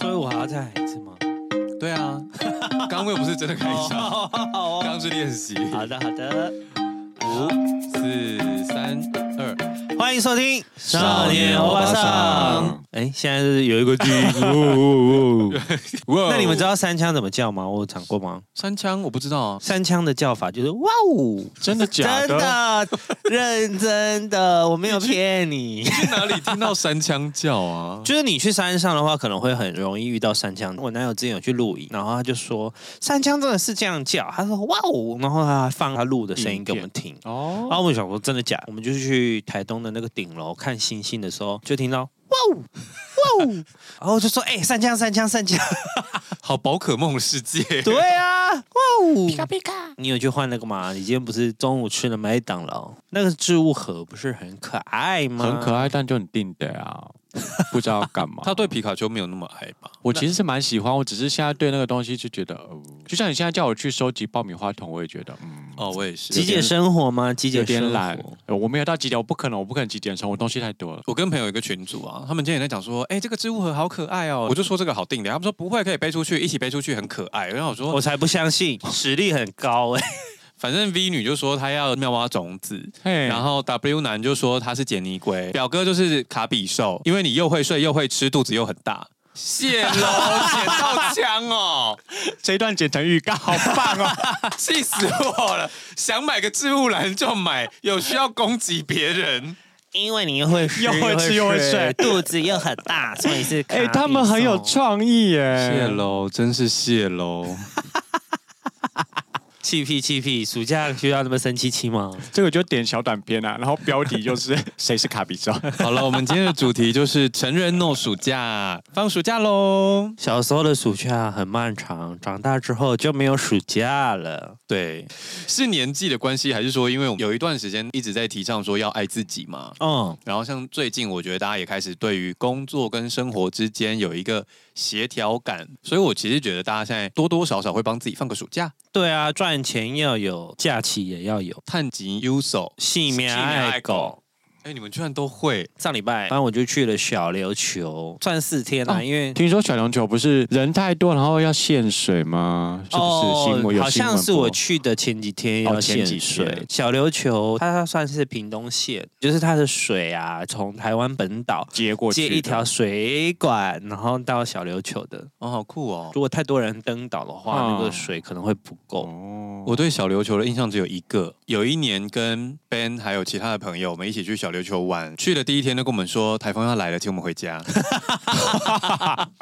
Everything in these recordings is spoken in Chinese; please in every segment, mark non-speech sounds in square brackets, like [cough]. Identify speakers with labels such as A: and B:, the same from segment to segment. A: 所以我还要再来一次吗？
B: 对 [laughs] 啊，刚刚又不是真的开场，
A: 好
B: 刚刚是练习。
A: 好的好的，
B: 五、四、三、二，
A: 欢迎收听《
B: 少年欧巴桑。
A: 哎，现在是有一个剧，呜呜呜
B: 哇
A: 那你们知道三枪怎么叫吗？我有讲过吗？
B: 三枪？我不知道，啊
A: 三枪的叫法就是哇哦，
C: 真的假
A: 真
C: 的？
A: 的认真的，我没有骗你。
B: 去哪里听到三枪叫啊？
A: 就是你去山上的话，可能会很容易遇到三枪。我男友之前有去露营，然后他就说三枪真的是这样叫，他说哇哦，然后他放他录的声音给我们听。
B: [laughs] 哦，
A: 然后我们想说真的假的，我们就去台东的那个顶楼看星星的时候，就听到哇哦哇哦，
C: [laughs]
A: 然后我就说哎、三枪三枪三枪，
B: 啊好宝可梦世界。
A: 对啊哇哦。
C: 皮卡，
A: 你有去换那个吗？你今天不是中午吃了麦当劳，那个置物盒不是很可爱吗？
C: 很可爱，但就很定的 [laughs] 啊，不知道要干嘛。
B: 他对皮卡丘没有那么爱吧？
C: 我其实是蛮喜欢，我只是现在对那个东西就觉得，哦，就像你现在叫我去收集爆米花桶，我也觉得，嗯，
B: 哦，我也是。
A: 极简生活吗？极
C: 有
A: 简
C: 点
A: 生
C: 懒
A: 活。。
C: 呃我没有到极点，我不可能，我不可能极点成，我东西太多了。
B: 我跟朋友有一个群组啊，他们今天也在讲说，哎、这个置物盒好可爱哦，我就说这个好定的，他们说不会，可以背出去，一起背出去很可爱。然后我说，
A: 我才不相信，实力很高
C: [laughs]
A: 哎、
B: 反正 V 女就说她要妙蛙种子，
C: 嘿，
B: 然后 W 男就说他是杰尼龟，表哥就是卡比兽，因为你又会睡又会吃，肚子又很大。谢喽，捡到枪 [laughs] 哦，
C: [laughs] 这一段剪成预告，好棒哦！
B: 气死我了！想买个置物栏就买，有需要攻击别人。
A: 因为你又会吃
C: 又会吃又会 [laughs] 睡
A: 肚子又很大，所以是
C: [laughs] [laughs] 哎，他们很有
A: 创，
C: 创意耶。
B: 谢喽，真是谢喽。
A: 气屁气屁，暑假需要那么生气气吗？
C: 这个就点小短片啊，然后标题就是 [laughs] 谁是卡比兽。
B: 好了，我们今天的主题就是成人 no 暑假，放暑假喽。
A: 小时候的暑假很漫长，长大之后就没有暑假了。
B: 对，是年纪的关系，还是说因为我们有一段时间一直在提倡说要爱自己嘛？
A: 嗯，
B: 然后像最近，我觉得大家也开始对于工作跟生活之间有一个协调感，所以我其实觉得大家现在多多少少会帮自己放个暑假，
A: 对啊，赚钱要有，假期也要有，
B: 探及 USO，
A: 戏面爱狗。。
B: 哎，你们居然都会
A: 上礼拜，反正我就去了小琉球，算四天啦、
C: 哦
A: 因为。
C: 听说小琉球不是人太多，然后要限水吗？是不哦是新闻有新闻播？
A: 哦好像是我去的前几天要限水。
C: 哦前几天
A: 小琉球它算是屏东县，就是它的水啊，从台湾本岛
C: 接过去
A: 借
C: 的
A: 一条水管，然后到小琉球的。
B: 哦，好酷哦！
A: 如果太多人登岛的话，
C: 嗯
A: 那个水可能会不够。
C: 哦，
B: 我对小琉球的印象只有一个，有一年跟 Ben 还有其他的朋友，我们一起去小琉球玩，去的第一天就跟我们说台风要来了，请我们回 [laughs] 家。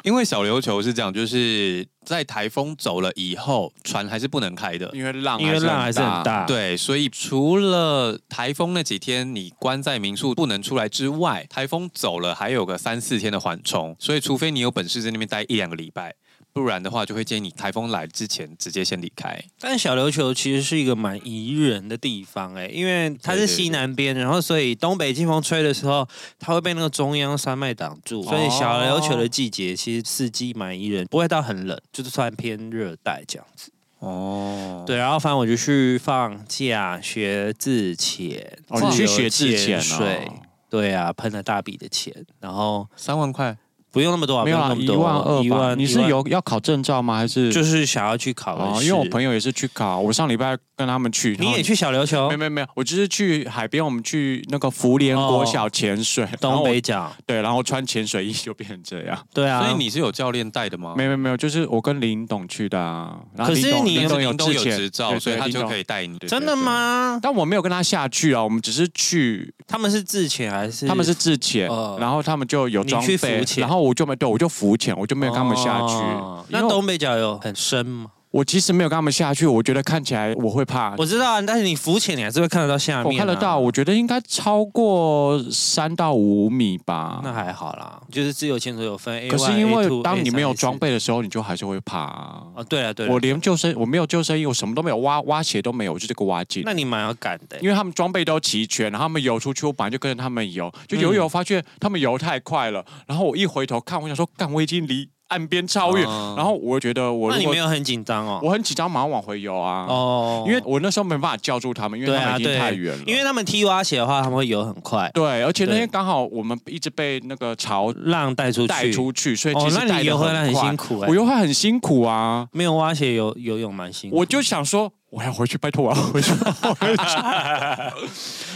B: 因为小琉球是这样，就是在台风走了以后，船还是不能开的，
C: 因为浪
A: 因为浪还是很大，，
B: 对，所以除了台风那几天你关在民宿不能出来之外，台风走了还有个三四天的缓冲，所以除非你有本事在那边待一两个礼拜，不然的话就会建议你台风来之前直接先离开。
A: 但小琉球其实是一个蛮宜人的地方哎、因为它是
B: 对对对
A: 西南边，然后所以东北季风吹的时候，它会被那个中央山脉挡住，
C: 哦
A: 所以小琉球的季节其实四季蛮宜人，不会到很冷，就是算偏热带这样子。
B: 哦，
A: 对，然后反正我就去放假学自潜，
C: 哦，你去
A: 自由
C: 学之前
A: 潜水，
C: 哦
A: 对啊，喷了大笔的钱，然后
B: 三万块，
A: 不用那么多、啊，
C: 没有
A: 不
C: 啦，
A: 用
C: 一
A: 那么多
C: 万二
A: 一
C: 吧？
A: 万，
C: 你是
A: 一万
C: 有要考证照吗？还是
A: 就是想要去考
C: 哦
A: 的，
C: 因为我
A: 试
C: 朋友也是去考，我上礼拜跟他们去，
A: 你也去哦小琉
C: 然后？
A: 球
C: 没有没有没有，我就是去海边，我们去那个福联国小潜水，然后
A: 哦东
C: 我
A: 北角，
C: 对，然后穿潜水衣就变成这样。
A: 对啊，
B: 所以你是有教练带的吗？
C: [laughs] 没有没有没有，就是我跟林董去的啊。然后
A: 哦可是
C: 林董
A: 你
C: 林
B: 因
C: 董
B: 为
C: 有
B: 林东有
C: 之前
B: 执
C: 对
B: 照，
C: 对
B: 所以他
C: 林
B: 就
C: 董
B: 可以带你。
A: 真的吗？
C: 但我没有跟他下去啊，我们只是去，
A: 他们是自潜还是？
C: 他们是自潜，
A: 哦
C: 然后他们就有装
A: 你去
C: 备
A: 浮，潜
C: 然后我就没对，我就浮潜，我就没有跟他们下去。
A: 哦
C: 因为
A: 那
C: 我
A: 东北角有很深吗？
C: 我其实没有跟他们下去，我觉得看起来我会怕。
A: 我知道啊，但是你浮潜你还是会看得到下面、啊
C: 我看得到，，啊我觉得应该超过三到五米吧。
A: 那还好啦。就是自由潜水有分 A，
C: 可是因为当你没
A: 没
C: 有装备的时候，你就还是会怕啊、
A: 哦，对了对了，
C: 我连救生，我没有救生衣，我什么都没有，蛙蛙鞋都没有，我就是个蛙镜。
A: 那你蛮有感的欸、
C: 因为他们装备都齐全，然后他们游出去，我本来就跟
A: 嗯
C: 着他们游，就游一游发现他们游太快了，然后我一回头看，我想说，干，我已经离岸边超越，
B: 哦
C: 然后我觉得我
A: 那
C: 如
A: 你
C: 果
A: 没有很紧张哦？
C: 我很紧张，马上往回游啊，
A: 哦，
C: 因为我那时候没办法叫住他们，因为
A: 对
C: 他
A: 啊
C: 们已经
A: 对
C: 太远了，
A: 因为他们踢蛙鞋的话，他们会游很快，
C: 对，而且那
A: 对
C: 天刚好我们一直被那个潮
A: 浪带出去。
C: 带出去，所以
A: 哦
C: 其，实
A: 那你
C: 带的
A: 游回来
C: 很
A: 很
C: 快。
A: 辛苦哎、
C: 我游会很辛苦啊，
A: 没有蛙鞋游游泳蛮辛苦。
C: 我就想说我要回去，拜托我要回去，我要
A: [laughs]
C: 回去。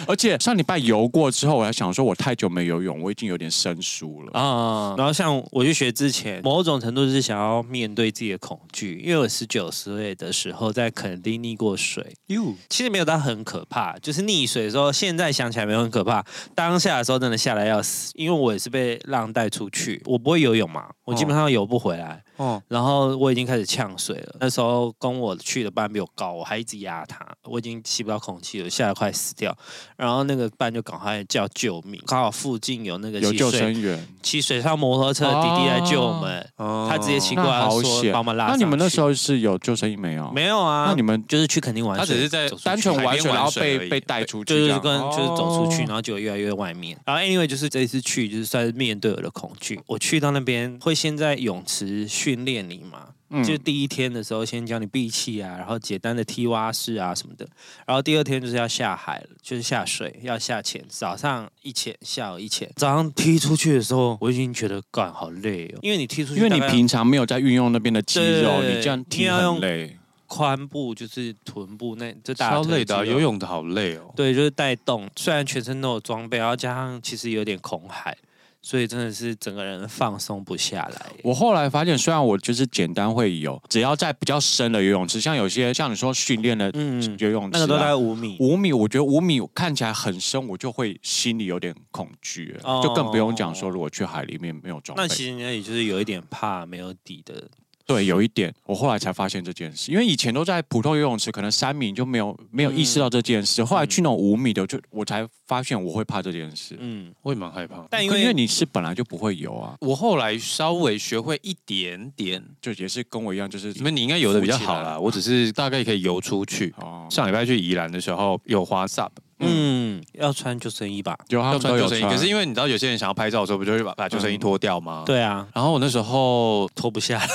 C: 而且上礼拜游过之后，我还想说我太久没游泳，我已经有点生疏了。
A: 啊、然后像我去学之前，某种程度是想要面对自己的恐惧，因为我十九岁的时候在垦丁溺过水，
B: 哟，
A: 其实没有到很可怕，就是溺水的时候，现在想起来没有很可怕，当下的时候真的吓得要死，因为我也是被浪带出去，我不会游泳嘛，我基本上游不回来，
B: 哦，
A: 然后我已经开始呛水了，那时候跟我去的班比我高，我还一直压他，我已经吸不到空气了，吓得快死掉，然后那个班就赶快叫救命，刚好附近有那个
C: 有
A: 汽
C: 救
A: 水
C: 生员，
A: 骑水上摩托车的弟弟来救我们，
B: 哦
A: 他直接骑
C: 那
A: 过来
C: 好
A: 说
C: 险
A: 把我们拉
C: 那
A: 上
C: 你们那
A: 去
C: 时候是有救生衣没有？
A: 没有啊？
C: 那你们
A: 就是去垦丁玩
B: 他
A: 水，
B: 只是在
A: 走出去
C: 单纯玩
B: 海边
C: 水，
B: 玩
C: 然后
B: 水
C: 被
B: 而已
C: 被带出去
A: 就
C: 这
A: 是
C: 样，
A: 跟就是走出去，
C: 哦
A: 然后就越来越外面。然后 anyway 就是这一次去就是算是面对我的恐惧。我去到那边会先在泳池训练你嘛，
C: 嗯
A: 就第一天的时候先教你闭气啊，然后简单的踢蛙式啊什么的。然后第二天就是要下海了，就是下水要下潜，早上一潜，下午一潜。早上踢出去的时候，我已经觉得干好累哦，因为你踢出去
C: 因为你
A: 大概
C: 平常没有在运用那边的肌肉，
A: 对
C: 你这样踢很累。
A: 髋部就是臀部那就大
B: 超
A: 腿
B: 累的啊，
A: 肌肉
B: 游泳的好累哦。
A: 对，就是带动。虽然全身都有装备，然后加上其实有点恐海，所以真的是整个人放松不下来。
C: 我后来发现，虽然我就是简单会游，只要在比较深的游泳池，像有些像你说训练的
A: 嗯，
C: 游泳池、
A: 那
C: 啊，
A: 个都大概五米。
C: 五米，我觉得五米看起来很深，我就会心里有点恐惧，
A: 哦
C: 就更不用讲说如果去海里面没有装备
A: 那，其实你也就是有一点怕没有底的，
C: 对，有一点，我后来才发现这件事，因为以前都在普通游泳池，可能三米就没有没有意识到这件
A: 嗯
C: 事，后来去那种五米的，就我才发现我会怕这件事，
A: 嗯，
B: 我也蛮害怕。
A: 但因
C: 可因为
A: 为
C: 你是本来就不会游啊，
B: 我后来稍微学会一点点，
C: 就也是跟我一样，就是
B: 你们你应该游的比较好啦，我只是大概可以游出去。
C: 哦，
B: 上礼拜去宜兰的时候有滑 SUP，
A: 嗯要穿救生衣吧。
C: 有他
B: 要
C: 们都
B: 穿
C: 有
B: 救生衣，可是因为你知道有些人想要拍照的时候，不就会把把救生衣脱掉吗？。
A: 对啊，
B: 然后我那时候
A: 脱不下来，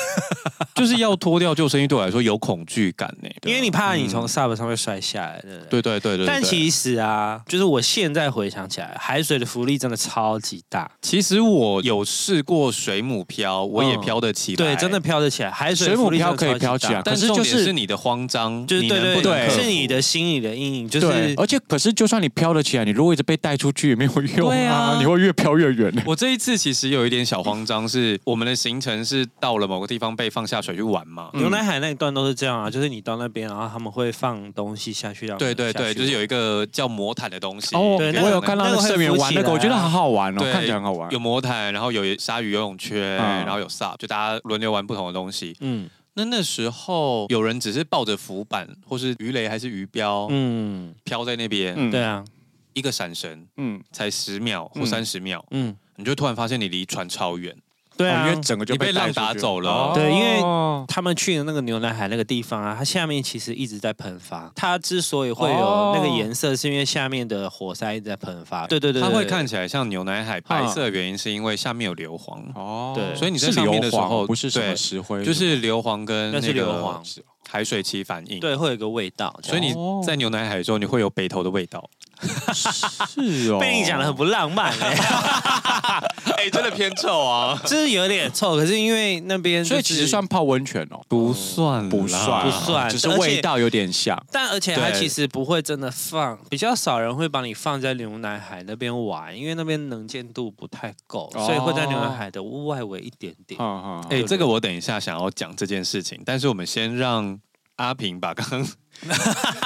B: 就是要脱掉救生衣，对我来说有恐惧感呢、
A: 因为你怕你从 sub 上面摔下来，对不对？
B: 对对对对对
A: 但其实啊，就是我现在回想起来，海水的浮力真的超级大，
B: 其实我有试过水母漂，我也
A: 嗯
B: 漂得起来。
A: 对，真的。飘得起来。海水
C: 水
A: 的
C: 母
A: 浮力真的
C: 漂可以
A: 超级
C: 飘起
A: 大
C: 来
B: 但
C: 可是
B: 重
C: 就
B: 点
C: 是
B: 是你的慌张，
A: 就是
B: 你
A: 对
B: 能
A: 对
B: 不能
A: 对，
B: 克服
A: 是你的心理的阴影，就是
C: 对，而且可是就算你飘得起来，你如果一直被带出去也没有用
B: 对啊
C: 你会越飘越远。
B: 我这一次其实有一点小慌张，是我们的行程是到了某个地方被放下水去玩嘛？
A: 牛奶海那一段都是这样啊，就是你到那边，然后他们会放东西下去让
B: 对
A: 你
B: 对
A: 下去
B: 对，就是有一个叫魔毯的东西。
C: [laughs] 哦，
A: 对那
C: 我
A: 个
C: 有看到
A: 那
C: 那
A: 个
C: 个
A: 会
C: 社员
A: 浮
C: 玩
A: 起
C: 那个，
A: 来
C: 我觉得
A: 啊
C: 好好玩哦，
B: 对
C: 看起来很好玩
B: 有。魔毯，然后有鲨鱼游泳圈，
C: 嗯
B: 然后有 SUP，就大家轮流玩不同的东西。
A: 嗯
B: 那那时候有人只是抱着浮板或是鱼雷还是鱼标
A: 嗯，
B: 飘在那边，
C: 嗯
A: 对啊，
B: 一个闪神
C: 嗯，
B: 才十秒或
C: 嗯
B: 三十秒，
A: 嗯
B: 你就突然发现你离船超远。
A: 对
C: 哦
A: 啊
C: 因，为整个就
B: 你被
C: 带
B: 浪
C: 出
B: 打
C: 去
B: 走了
A: 对因为
C: 哦
A: 他们去的那个牛奶海那个地方啊，它下面其实一直在喷发，它之所以会
B: 哦
A: 有那个颜色，是因为下面的火山一直在喷发。对对嗯对，
B: 它
A: 对
B: 会
A: 对
B: 看起来像牛奶海白色，的原因是因为下面有硫磺，
C: 哦
A: 对
B: 所以你在
C: 是
B: 上面
C: 硫
B: 的时
C: 磺
B: 候
C: 不是什么
B: 对
C: 石灰， [laughs]
B: 就是硫磺跟
A: 那是
B: 那
A: 硫
B: 个
A: 磺
B: 海水起反应。，
A: 对会有一个味道，
B: 所以你
C: 哦
B: 在牛奶海的时候，你会有北投的味道。
C: 是哦，
A: 被你讲的很不浪漫欸 [laughs]
B: 哎，真的偏臭啊！
A: 就是有点臭，可是因为那边就是
C: 所以其实算泡温泉哦，
B: [laughs] 不算，啊
C: 不算啊
A: 不算
C: 只是
A: 而且
C: 味道有点 [laughs] 像。
A: 但而且它
B: 对
A: 其实不会真的放，比较少人会把你放在牛奶海那边玩，因为那边能见度不太够，
C: 哦
A: 所以会在牛奶海的外围一点点。
C: 哈哈
B: 哎，这个我等一下想要讲这件事情，但是我们先让阿平把刚刚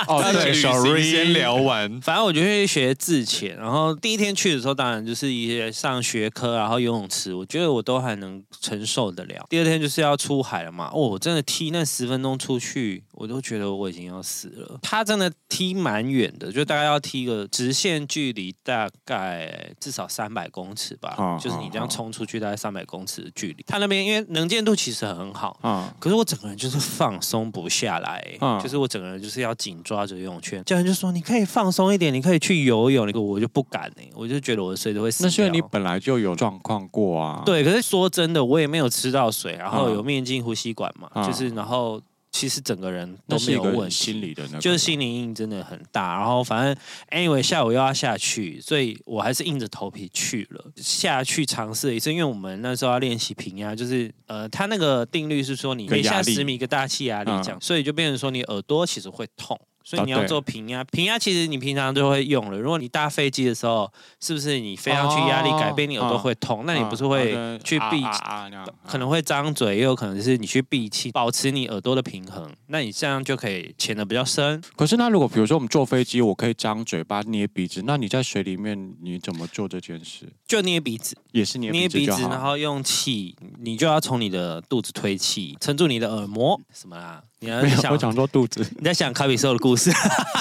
C: 哦
B: 他的旅行先聊完。
A: 反正我就去学自潜，然后第一天去的时候，当然就是一些上学科，然后游泳池，我觉得我都还能承受得了。第二天就是要出海了嘛，哦，我真的踢那十分钟出去，我都觉得我已经要死了。他真的踢蛮远的，就大概要踢个直线距离大概至少三百公尺吧
C: 嗯，
A: 就是你这样
C: 嗯
A: 冲出去大概三百公尺的距离。他那边因为能见度其实很好，
C: 啊
A: 可是我整个人就是放松不下来、
C: 嗯
A: 就是我整个人们就是要紧抓着游泳圈。教练就说你可以放松一点，你可以去游泳。那个我就不敢哎、我就觉得我的水都会死掉。
C: 那是因为你本来就有状况过啊。，
A: 对，可是说真的，我也没有吃到水，然后
C: 嗯
A: 有面镜呼吸管嘛，
C: 嗯
A: 就是然后其实整个人都
C: 那
A: 没
C: 是一
A: 有
C: 个
A: 问题。
C: 心理的那个，
A: 就是心理阴影真的很大，然后反正 anyway 下午又要下去，所以我还是硬着头皮去了。下去尝试了一次，因为我们那时候要练习平压，就是呃，它那个定律是说你
C: 跟
A: 每下
C: 压力嗯
A: 十米一个大气压力这样，所以就变成说你耳朵其实会痛。所以
C: 啊
A: 你要
C: 对
A: 做平压，平压其实你平常就会用了。如果你搭飞机的时候，是不是你飞上去压力改变，
C: 哦
A: 你耳朵会痛？那你不是会去避
C: 啊啊啊那样
A: 可能会张嘴，也有可能是你去闭气，保持你耳朵的平衡。那你这样就可以潜的比较深。
C: 可是那如果比如说我们坐飞机，我可以张嘴巴捏鼻子，那你在水里面你怎么做这件事？
A: 就捏鼻子，
C: 也是捏
A: 捏
C: 鼻
A: 鼻
C: 子就
A: 子，然
C: 好。
A: 后用气，你就要从你的肚子推气，撑住你的耳膜，什么啦？你要
C: [laughs] 没有，
A: 想哦
C: 我想说肚
A: [laughs]
C: 子。 [laughs]
A: 你在想卡比兽的故事，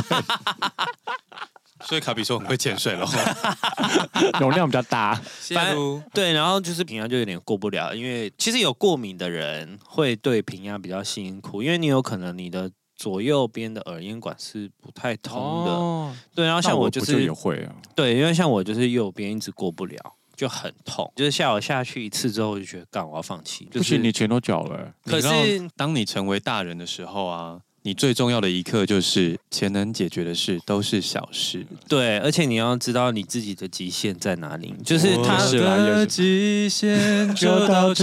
A: [laughs]
B: 所以卡比说很会潜水喽。
C: 容量比较大。
B: [laughs] 谢 [laughs]
A: 反
B: 喽。
A: 对，然后就是平压就有点过不了，因为其实有过敏的人会对平压比较辛苦，因为你有可能你的左右边的耳咽管是不太通的，
C: 哦，
A: 对，然后
C: 那
A: 像
C: 我
A: 就
C: 不
A: 是
C: 也会啊。
A: 对，因为像我就是右边一直过不了，就很痛。就是下午下去一次之后，我就觉得干，我要放弃。 [laughs] 就
C: 不
A: 是
C: 行，你钱都缴了、
A: [laughs] 可是
B: 当你成为大人的时候啊，你最重要的一刻就是钱能解决的事都是小事。
A: 对，而且你要知道你自己的极限在哪里。就是
C: 我
A: 他
C: 是啦也是
B: 极限里，就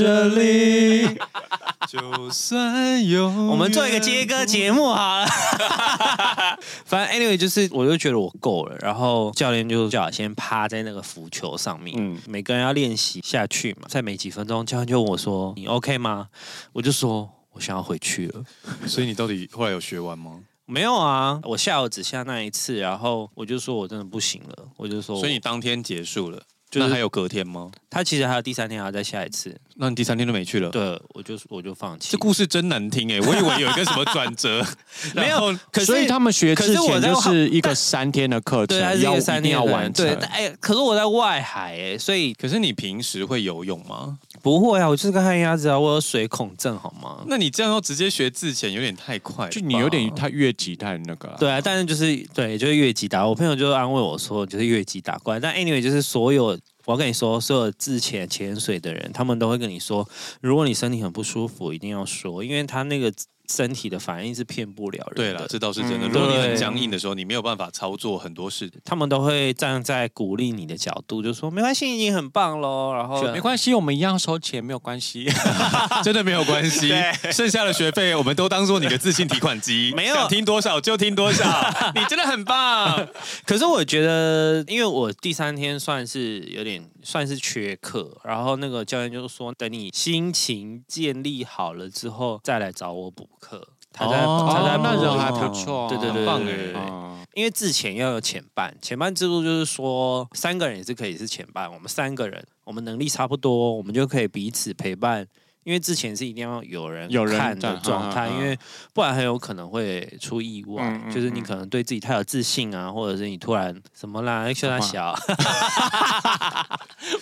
B: 算有
A: 我们做一个接歌节目好了。 [laughs] 反正 anyway，就是我就觉得我够了，然后教练就叫我先趴在那个浮球上面，
C: 嗯
A: 每个人要练习下去嘛。在没几分钟，教练就问我说：“你 OK 吗？”我就说：“我想要回去了。”
B: 所以你到底后来有学完吗？
A: 没有啊，我下午只下那一次，然后我就说我真的不行了，我就说我，
B: 所以你当天结束了，
A: 就是
B: 那还有隔天吗？
A: 他其实还有第三天还要再下一次，
B: 那你第三天就没去了。
A: 对我就我就放弃
B: 这。故事真难听哎、我以为有一个什么转折， [laughs]
A: 没有
B: 然后
A: 可
C: 所以他们学之
A: 可是我
C: 前
A: 在
C: 就是一个三天的课程，
A: 对，他是一
C: 要
A: 个三
C: 一定
A: 天
C: 要
A: 的
C: 完成
A: 对，。但哎、可是我在外海哎、所以
B: 可是你平时会游泳吗？
A: 不会啊，我就是个旱鸭子啊，我有水恐症好吗？
B: 那你这样要直接学自潜有点太快，
C: 就你有点。太越级太那个、啊。
A: 对啊，但是就是对，就是越级打。我朋友就安慰我说，就是越级打怪。但 anyway，就是所有我要跟你说，所有自潜潜水的人，他们都会跟你说，如果你身体很不舒服，一定要说，因为他那个身体的反应是骗不了人的。
B: [laughs] 对了，这倒是真的。
C: 嗯
B: 如果你
A: 对
B: 很僵硬的时候，你没有办法操作很多事。
A: 他们都会站在鼓励你的角度，就说没关系，已经很棒喽。然后
C: 就没关系，我们一样收钱，没有关系。
B: [laughs] 真的没有关系
A: 对，
B: 剩下的学费我们都当做你的自信提款 [laughs] 机
A: 没有
B: 想听多少就听多 [laughs] 少，你真的很棒。
A: 可是我觉得，因为我第三天算是有点算是缺课，然后那个教练就说，等你心情建立好了之后再来找我补课。他在、
B: 哦
A: 他在
C: 那
A: 补
C: 人还不错、啊，
A: 对对对
B: 很棒
A: 对
B: 哎
A: 对对
C: 啊
A: 因为自潜要有潜伴，潜伴制度就是说三个人也是可以是潜伴，我们三个人我们能力差不多，我们就可以彼此陪伴。因为之前是一定要有人
C: 有人
A: 看的
C: 在
A: 状态，
C: 嗯嗯嗯
A: 因为不然很有可能会出意外，
C: 嗯嗯
A: 就是你可能对自己太有自信啊，或者是你突然什么啦，秀他
C: [laughs]
A: 小，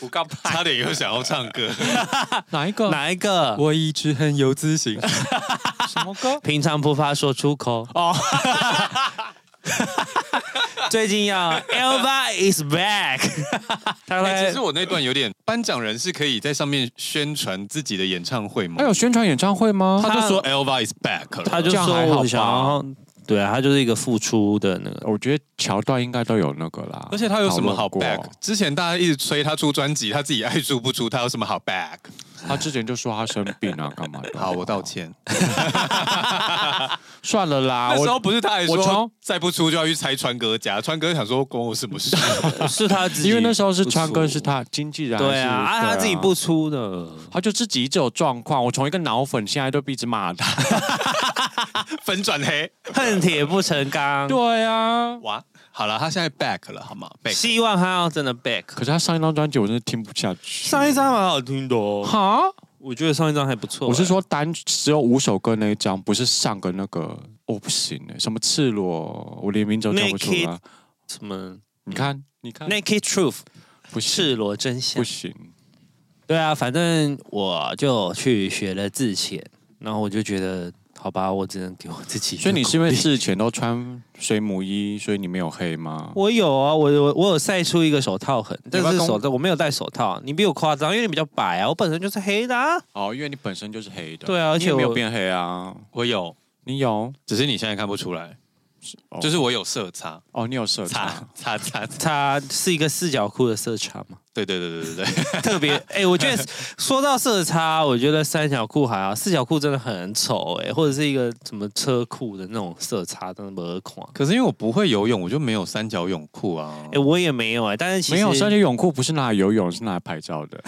C: 我刚
B: 差点又想要唱歌，
C: 哪一个？
A: 哪一个？
B: 我一直很有自信。
C: 什么 [laughs] 歌？
A: 平常不发说出口哦。 [laughs] 最近要 Elva is back，他
B: 哎
A: 会
B: 其实我那段有点，颁奖人是可以在上面宣传自己的演唱会吗
C: 还？有宣传演唱会吗？
B: 哎他就说 Elva is back，了
A: 他就
C: 这样还好
A: 说
C: 吧
A: 我想要，对啊，他就是一个付出的那个。
C: 我觉得桥段应该都有那个啦。
B: 而且他有什么好
C: 讨论
B: back？
C: 过
B: 之前大家一直催他出专辑，他自己爱出不出，他有什么好 back？
C: 他之前就说他生病啊，干嘛的？
B: 好，我道。歉。
C: [laughs] 算了啦，
B: 那时候
C: 我
B: 不是他还
C: 我
B: 说
C: 从
B: 再不出就要去拆川哥家，川哥想说关我什么 [laughs] 事？
C: [laughs]
A: 是他自己，
C: 因为那时候是川哥是，他经纪人还是，
A: 对啊，啊他自己不出的，
C: 他就自己一直有状况，我从一个脑粉现在都一直骂他。
B: 粉转黑。
A: 恨铁不成钢。
C: 对啊，
B: 哇，好了，他现在 back 了，好吗？back。
A: 希望他要真的 back。
C: 可是他上一张专辑我真的听不下去。
A: 上一张蛮好听的哦，
C: 哈，
A: 我觉得上一张还不错。哎
C: 我是，说单只有五首歌那一张，不是上个那个，我、不行哎、什么赤裸，我连名字都叫不出
A: Naked
C: 来。
A: 什么
C: 你看，你看，
A: Naked Truth
C: 不行，
A: 赤裸真相
C: 不。行。
A: 对啊，反正我就去学了自潜，然后我就觉得好吧，我只能给我自己一个鼓励。
C: 所以你是因为事前都穿水母衣，所以你没有黑吗？
A: 我有啊，我有我有晒出一个手套痕，
B: 要
A: 但
B: 不要
A: 是
B: 跟
A: 手套我没有戴手套，你比我夸张，因为你比较白啊，我本身就是黑的啊。
C: 哦，因为你本身就是黑的，
A: 对啊而
C: 你
A: 且
C: 也没有
A: 我
C: 变黑啊，
B: 我有，
C: 你有
B: 只是你现在看不出来，
C: 哦
B: 就是我有色差，
C: 哦，你有色
B: 差
C: 差，
B: 差
A: 它
B: 差，
A: 是一个四角裤的色差嘛，
B: [laughs]
A: [laughs]
B: 对对对对对对，
A: 特别哎、我觉得说到色差，我觉得三角裤还好，四角裤真的很丑哎、或者是一个什么车裤的那种色差，真的没款。
B: 可是因为我不会游泳，我就没有三角泳裤啊
A: 哎、。我也没有哎、但是其实
C: 没有，三角泳裤不是拿来游泳，是拿来拍照
A: [laughs]
C: 的。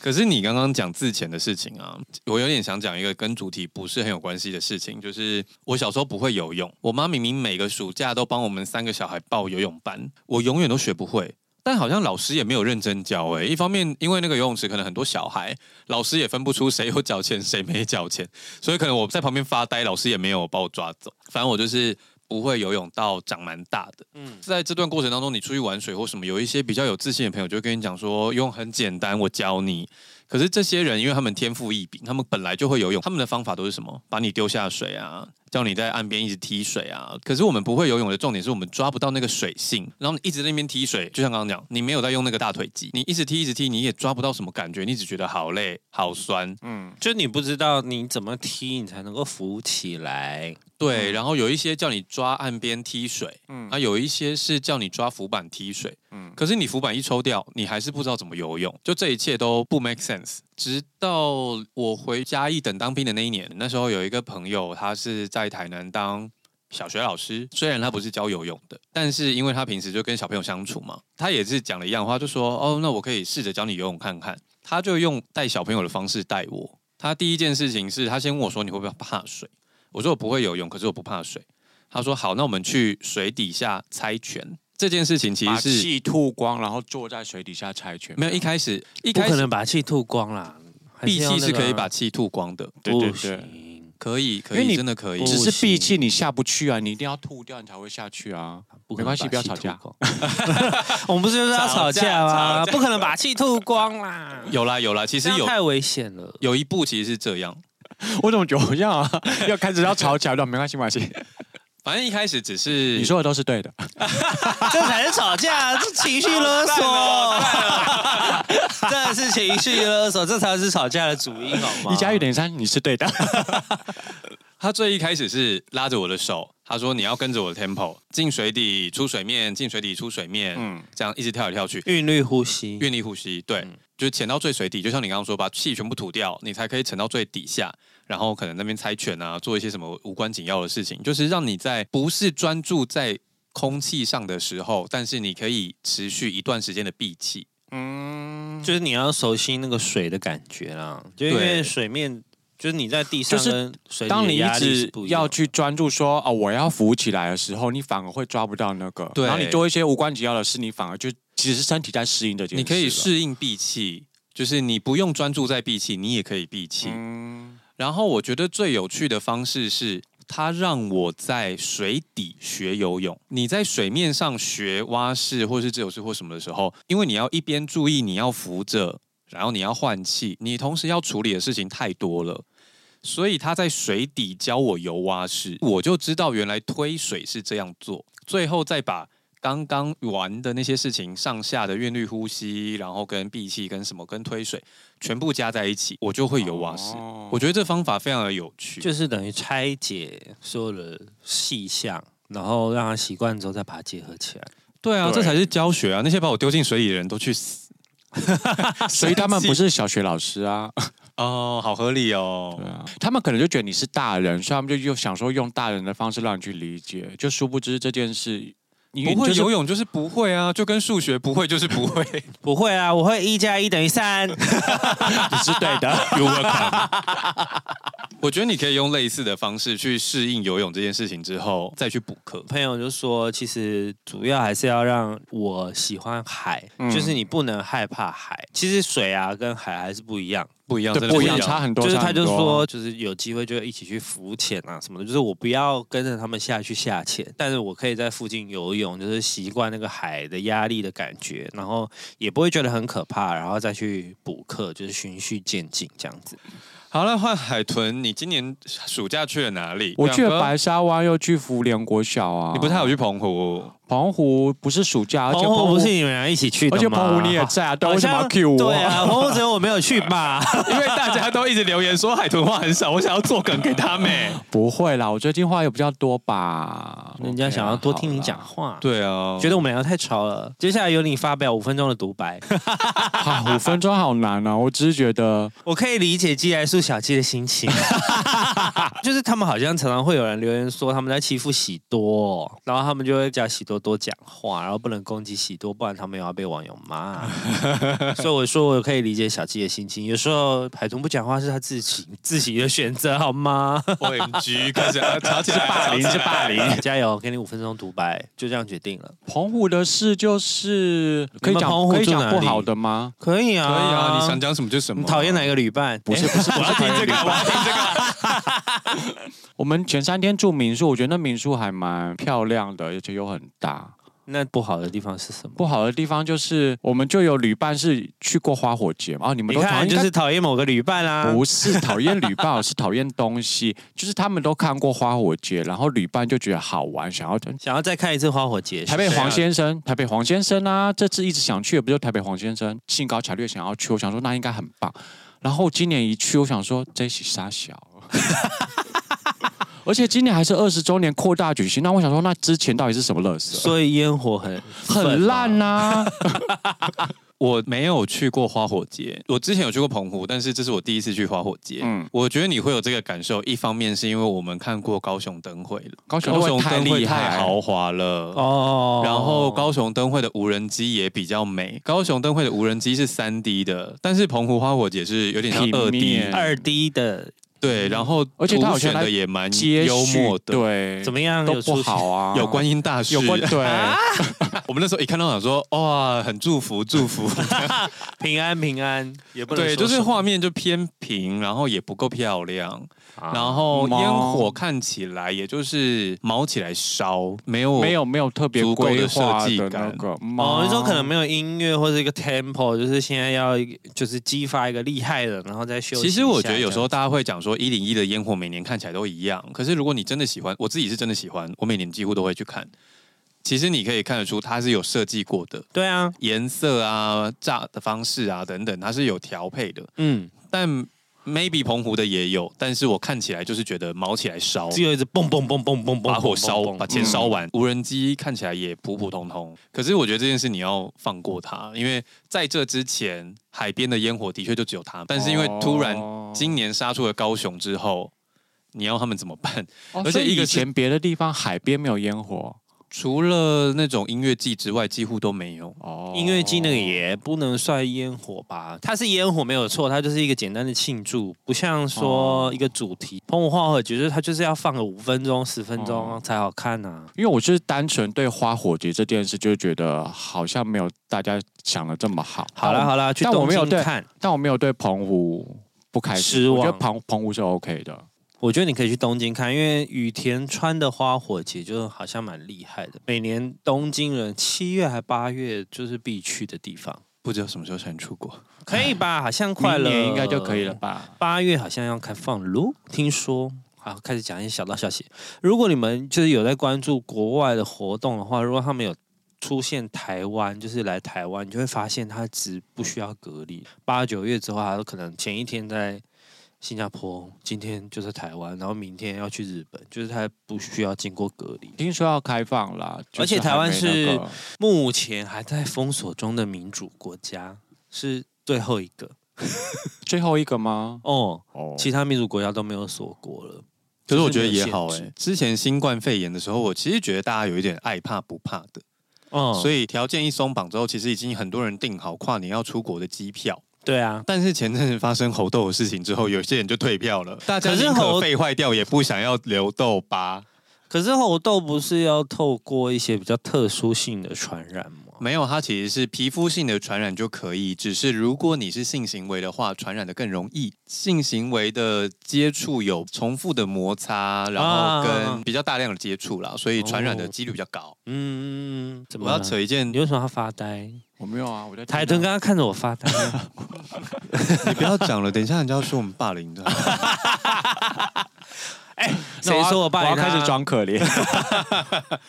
B: 可是你刚刚讲自潜的事情啊，我有点想讲一个跟主题不是很有关系的事情，就是我小时候不会游泳，我妈明明每个暑假都帮我们三个小孩报游泳班，我永远都学不会。但好像老师也没有认真教欸诶、一方面因为那个游泳池可能很多小孩，老师也分不出谁有缴钱谁没缴钱，所以可能我在旁边发呆，老师也没有把我抓走。反正我就是不会游泳到长蛮大的。
A: 嗯，
B: 在这段过程当中，你出去玩水或什么，有一些比较有自信的朋友就会跟你讲说，游泳很简单，我教你。可是这些人，因为他们天赋异禀，他们本来就会游泳，他们的方法都是什么？把你丢下水啊，叫你在岸边一直踢水啊。可是我们不会游泳的重点是我们抓不到那个水性，然后你一直在那边踢水，就像刚刚讲，你没有在用那个大腿肌，你一直踢一直踢，你也抓不到什么感觉，你只觉得好累、好酸。
C: 嗯，
A: 就你不知道你怎么踢，你才能够浮起来。
B: 对，然后有一些叫你抓岸边踢水，嗯，啊，有一些是叫你抓浮板踢水，嗯，可是你浮板一抽掉，你还是不知道怎么游泳，就这一切都不 make sense。直到我回嘉义等当兵的那一年，那时候有一个朋友，他是在台南当小学老师，虽然他不是教游泳的，但是因为他平时就跟小朋友相处嘛，他也是讲了一样话，就说哦，那我可以试着教你游泳看看。他就用带小朋友的方式带我。他第一件事情是他先问我说你会不会怕水，我说我不会游泳，可是我不怕水。他说好，那我们去水底下猜拳。这件事情其
C: 把
B: 实是
C: 气吐光，然后坐在水底下猜拳。
B: 没有一开始，一
A: 不
B: 开
A: 可
B: 始
A: 能把气吐光啦，还
B: 闭
A: 要
B: 气
A: 那
B: 是
A: 个啊
B: 可以把气吐光的，
C: 对对
A: 不
C: 对
A: 行
B: 可以可
C: 因为
B: 以，
C: 你
B: 真的可以
A: 不。
C: 只是闭气，
A: 行
C: 你下不去啊，你一定要吐掉，你才会下去啊。
A: 不
C: 没关系不要吵架。 [laughs]
A: [laughs] 我们不是就是要吵架
B: 吵架吵
A: 吗？
B: 架
A: 不可能把气吐光啦，
B: 有啦有啦，其
A: 这
B: 实
A: 样
B: 有
A: 太危险了。
C: [laughs]
B: 有一步其实是这样，
C: 我怎么觉得好像啊，要开始要吵起来了？没关系，没关系，
B: 反正一开始只是
C: 你说的都是对的。
A: 这才是吵架，这情绪勒
C: [laughs]
A: 索， [laughs] 这是情绪勒索，这才是吵架的主因，好吗？
C: 一加一等于三，你是
A: [laughs]
C: 对的。
B: 他最一开始是拉着我的手，他说你要跟着我的 tempo 进水底出水面，进水底出水面，
C: 嗯，
B: 这样一直跳来跳去，
A: 韵律呼吸，
B: 愿力呼吸，对，就是潜到最水底，就像你刚刚说，把气全部吐掉，你才可以潜到最底下，然后可能那边猜拳啊，做一些什么无关紧要的事情，就是让你在不是专注在空气上的时候，但是你可以持续一段时间的闭气。
C: 嗯，
A: 就是你要熟悉那个水的感觉啦，就因为
B: 对
A: 水面，就是你在地上
C: 就是
A: 跟水里
C: 当
A: 的
C: 你一
A: 压力是
C: 直
A: 不一样的
C: 要去专注说哦，我要浮起来的时候，你反而会抓不到那个，
B: 对
C: 然后你做一些无关紧要的事，你反而就其实是身体在适应这件事。
B: 你可以，适应闭气，就是你不用专注在闭气，你也可以闭气。
C: 嗯，
B: 然后我觉得最有趣的方式是，它让我在水底学游泳。你在水面上学蛙式或是自由式或什么的时候，因为你要一边注意你要浮着，然后你要换气，你同时要处理的事情太多了。所以他在水底教我游蛙式，我就知道原来推水是这样做。最后再把刚刚玩的那些事情，上下的韵律呼吸，然后跟闭气、跟什么、跟推水，全部加在一起，我就会游蛙式。
C: 哦
B: 我觉得这方法非常的有趣。
A: 就是等于拆解所有的细项，然后让他习惯之后再把它结合起来。
B: 对啊，
C: 对
B: 这才是教学啊！那些把我丢进水里的人都去死。
C: 所以他们不是小学老师啊，
B: 哦，好合理哦
C: 对。啊，他们可能就觉得你是大人，所以他们就又想说用大人的方式让你去理解，就殊不知这件事，你
B: 不会
C: 就是
B: 游泳就是不会啊，就跟数学不会就是不会。
A: 不会啊，我会一加一等于三。
C: 你是对的，
A: [laughs]
B: You
A: 啊
B: welcome [laughs] 我觉得你可以用类似的方式去适应游泳这件事情之后，再去补课。
A: 朋友就说，其实主要还是要让我喜欢海，
C: 嗯
A: 就是你不能害怕海。其实水啊跟海还是不一样，
B: 不一样，
C: [laughs] 对
B: 真的
C: 不一
B: 样
C: 样，，差很多。
A: 就是他
C: 差很
A: 就
C: 多
A: 说，就是有机会就一起去浮潜啊什么的，就是我不要跟着他们下去下潜，但是我可以在附近游泳，就是习惯那个海的压力的感觉，然后也不会觉得很可怕，然后再去补课，就是循序渐进这样子。
B: 好了，换海豚，你今年暑假去了哪里？
C: 我去了
B: 两个，
C: 白沙湾，又去福联国小啊。
B: 你不是还有去澎湖？
C: 澎湖不是暑假，而且
A: 澎湖哦不是你们俩一起去的
C: 而
A: 吗？
C: 且澎湖你也
A: [laughs]
C: 在啊，对，
A: 好
C: 为什么
A: 像
C: 要 Q 我？
A: 对啊，澎湖只有我没有去吧？
B: [laughs] 因为大家都一直留言说海豚话很少，我想要做梗给他们。
C: 不会啦，我最近话也比较多吧。
A: [laughs] [laughs] 人家
C: OK 啦
A: 想要多听你讲
C: 好
A: 话。
B: [laughs] 对啊，
A: 觉得我们两个太吵了，接下来由你发表五分钟的独白。
C: 啦啊，五分钟 [laughs] 好难啊！我只是觉得
A: [laughs] 我可以理解寄来素小鸡的心情， [laughs] 就是他们好像常常会有人留言说他们在欺负喜多，然后他们就会叫喜多多讲话，然后不能攻击喜多，不然他们也要被网友骂。 [laughs] 所以我说我可以理解小鸡的心情，有时候海豚不讲话是他自己自己的选择，好吗？
B: O M [laughs] G 开始啊吵起来，
A: 霸凌
B: 吵
A: 是
B: 起来
A: 霸凌， [laughs] 加油！给你五分钟独白，就这样决定了。
C: 澎湖的事就是可
A: 你
C: 以
A: 们
C: 讲
A: 澎湖
C: 可以
A: 住
C: 讲
A: 哪
C: 不
A: 里
C: 好的吗？
A: 可以啊，
B: 可以啊，你想讲什么就什么。
A: 你讨厌哪一个旅伴？
C: 不是不是不是
B: 这个？我要听这个。
C: 我们前三天住民宿，我觉得那民宿还蛮漂亮的，而且又很大。
A: 那不好的地方是什么？
C: 不好的地方就是，我们就有旅伴是去过花火节嘛，哦，你们
A: 你
C: 都讨
A: 看，
C: 厌
A: 就是讨厌某个旅伴啊啦、
C: 不是讨厌旅伴，是讨厌东西。就是他们都看过花火节，然后旅伴就觉得好玩，想要
A: 想要再看一次花火节。
C: 台北
A: 是啊
C: 黄先生，台北黄先生啊，这次一直想去，也不就台北黄先生，兴高采烈想要去，我想说那应该很棒。然后今年一去，我想说这是
B: [laughs]
C: 傻小，而且今年还是二十周年扩大举行，那我想说那之前到底是什么乐色？
A: 所以烟火很
C: 很烂啊
A: 呐、
C: 呐、
B: 我没有去过花火节，我之前有去过澎湖，但是这是我第一次去花火节。
C: 嗯
B: 嗯，我觉得你会有这个感受，一方面是因为我们看过高雄灯会了，
C: 高雄
B: 高雄
C: 太
B: 灯会
C: 厉害，
B: 太豪华了。
A: 哦。
B: 然后高雄灯会的无人机也比较美，高雄灯会的无人机是三 D 的，但是澎湖花火节是有点像
C: 平
B: 二 D，
C: 面
A: 二 D 的
B: 对，然后
C: 而且它好
B: 凸
C: 像
B: 显
C: 在
B: 的也蛮
C: 接
B: 幽
C: 续
B: 默的，
C: 对，
A: 怎么样？
C: 都
A: 有出
C: 不
A: 息。
C: 好啊，
B: 有观音大士，
C: 有关对。
B: [laughs] 我们那时候一看到想说，哇，很祝福祝
C: [laughs]
B: 福，
A: 平安平安，也不能
B: 对，
A: 说
B: 就是
A: 什么哦
B: 画面就偏平，然后也不够漂亮，
A: 啊
B: 然后
C: 猫
B: 烟火看起来也就是毛起来烧，没有
C: 没有没有特别
B: 足够的
C: 规划
B: 设计
C: 的那
B: 感
C: 个
A: 哦，你说可能
C: 猫
A: 没有音乐或者一个 tempo，就是现在要就是激发一个厉害的，然后再休息一
B: 其
A: 下。
B: 实我觉得有时候
A: 这样
B: 大家会讲说一零一的烟火每年看起来都一样，可是如果你真的喜欢，我自己是真的喜欢，我每年几乎都会去看。其实你可以看得出它是有设计过的，
A: 对啊，
B: 颜色啊、炸的方式啊等等，它是有调配的。
A: 嗯，
B: 但 maybe 澎湖的也有，但是我看起来就是觉得毛起来烧，
A: 只有一直蹦蹦蹦蹦蹦蹦，
B: 把火烧，
A: 蹦嗯
B: 把
A: 蹦
B: 钱烧完。无人机看起来也普普通通，可是我觉得这件事你要放过它，因为在这之前，海边的烟火的确就只有它，但是因为突然
C: 哦
B: 今年杀出了高雄之后，你要他们怎么办？ [laughs]
C: 哦
B: 而且
C: 所以
B: 一个
C: 以
B: 是
C: 前别的地方海边没有烟火
B: 除了那种音乐季之外，几乎都没有。
C: 哦，
A: 音乐季那个也不能算烟火吧，它是烟火没有错，它就是一个简单的庆祝，不像
C: 哦
A: 说一个主题。澎湖花火节就是它就是要放个五分钟、十分钟
C: 哦
A: 才好看呐、啊。
C: 因为我就是单纯对花火节这件事，就觉得好像没有大家想的这么好。
A: 好啦
C: 但我，
A: 好啦，去
C: 但我
A: 东
C: 没有
A: 京
C: 对
A: 看，
C: 但我没有对澎湖不开心，
A: 失望
C: 我觉得澎澎湖是 OK 的。
A: 我觉得你可以去东京看，因为羽田川的花火节就好像蛮厉害的，每年东京人七月还八月就是必去的地方，
B: 不知道什么时候才能出国。
A: 可以
C: [laughs]
A: 吧？好像快
C: 明
A: 了，
C: 年应该就可以了。吧？
A: 八月好像要开放喽，听说。好，开始讲一些小道消息。如果你们就是有在关注国外的活动的话，如果他们有出现台湾，就是来台湾，你就会发现他只不需要隔离。八九月之后，他可能前一天在新加坡，今天就在台湾，然后明天要去日本，就是他不需要经过隔离。
C: 听说要开放啦，就
A: 而且
C: 是还
A: 台湾
C: 没
A: 是
C: 那个
A: 目前还在封锁中的民主国家是最后一个
C: 最后一个吗？
A: 哦，
C: 哦，
A: 其他民主国家都没有锁国了。
B: 可是我觉得也好
A: 就
B: 哎、
A: 是没有限
B: 之前新冠肺炎的时候，我其实觉得大家有一点爱怕不怕的，
A: 嗯，
B: 所以条件一松绑之后，其实已经很多人订好跨年要出国的机票。
A: 对啊，
B: 但是前阵子发生猴痘的事情之后，有些人就退票了，大家
A: 可是
B: 宁
A: 猴
B: 可肺坏掉，也不想要留痘疤。
A: 可是猴痘不是要透过一些比较特殊性的传染吗？
B: 没有，它其实是皮肤性的传染就可以，只是如果你是性行为的话，传染的更容易。性行为的接触有重复的摩擦，然后跟比较大量的接触啦，所以传染的几率比较高。
A: 嗯，怎
B: 我
A: 么
B: 要
A: 了？
B: 扯一件
A: 你，为什么要发呆？
C: 我没有啊，我在
A: 海豚
C: 听
A: 刚
C: 啊
A: 刚看着我发 [laughs] 呆，
B: 你不要讲了，等一下人家要说我们霸 [laughs] 凌的。
C: 那我
A: 谁
C: 要
A: 说我爸
C: 我要
A: 凌他
C: 开
B: 啊
C: 始装
A: [laughs]
C: 可怜，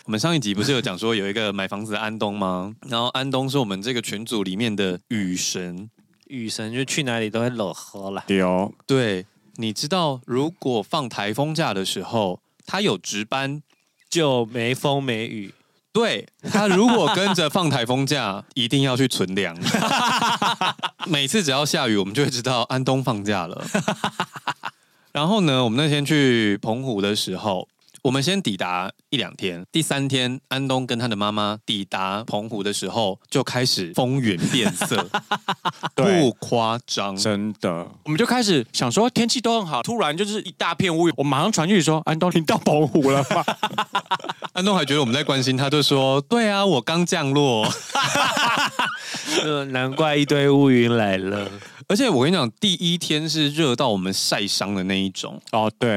B: 我们上一集不是有讲说有一个买房子的安东吗？然后安东是我们这个群组里面的雨神。
A: 雨神就去哪里都会裸喝啦。
C: 丢
B: 对，你知道如果放台风假的时候，他有值班，
A: 就没风没雨。
B: 对他如果跟着放台风假，一定要去存粮。 [laughs] 每次只要下雨，我们就会知道安东放假了。 [laughs] 然后呢，我们那天去澎湖的时候，我们先抵达一两天，第三天安东跟他的妈妈抵达澎湖的时候，就开始风云变色，不
C: 对。
B: 夸张。
C: 真的，我们就开始想说天气都很好，突然就是一大片乌云，我马上传讯息说安东你到澎湖了吗？
B: 安东还觉得我们在关心他，就说：“对啊，我刚降落。”
A: 呃难怪一堆乌云来
B: [laughs]
A: 了。
B: 而且我跟你讲，第一天是热到我们晒伤的那一种。
C: 哦，对，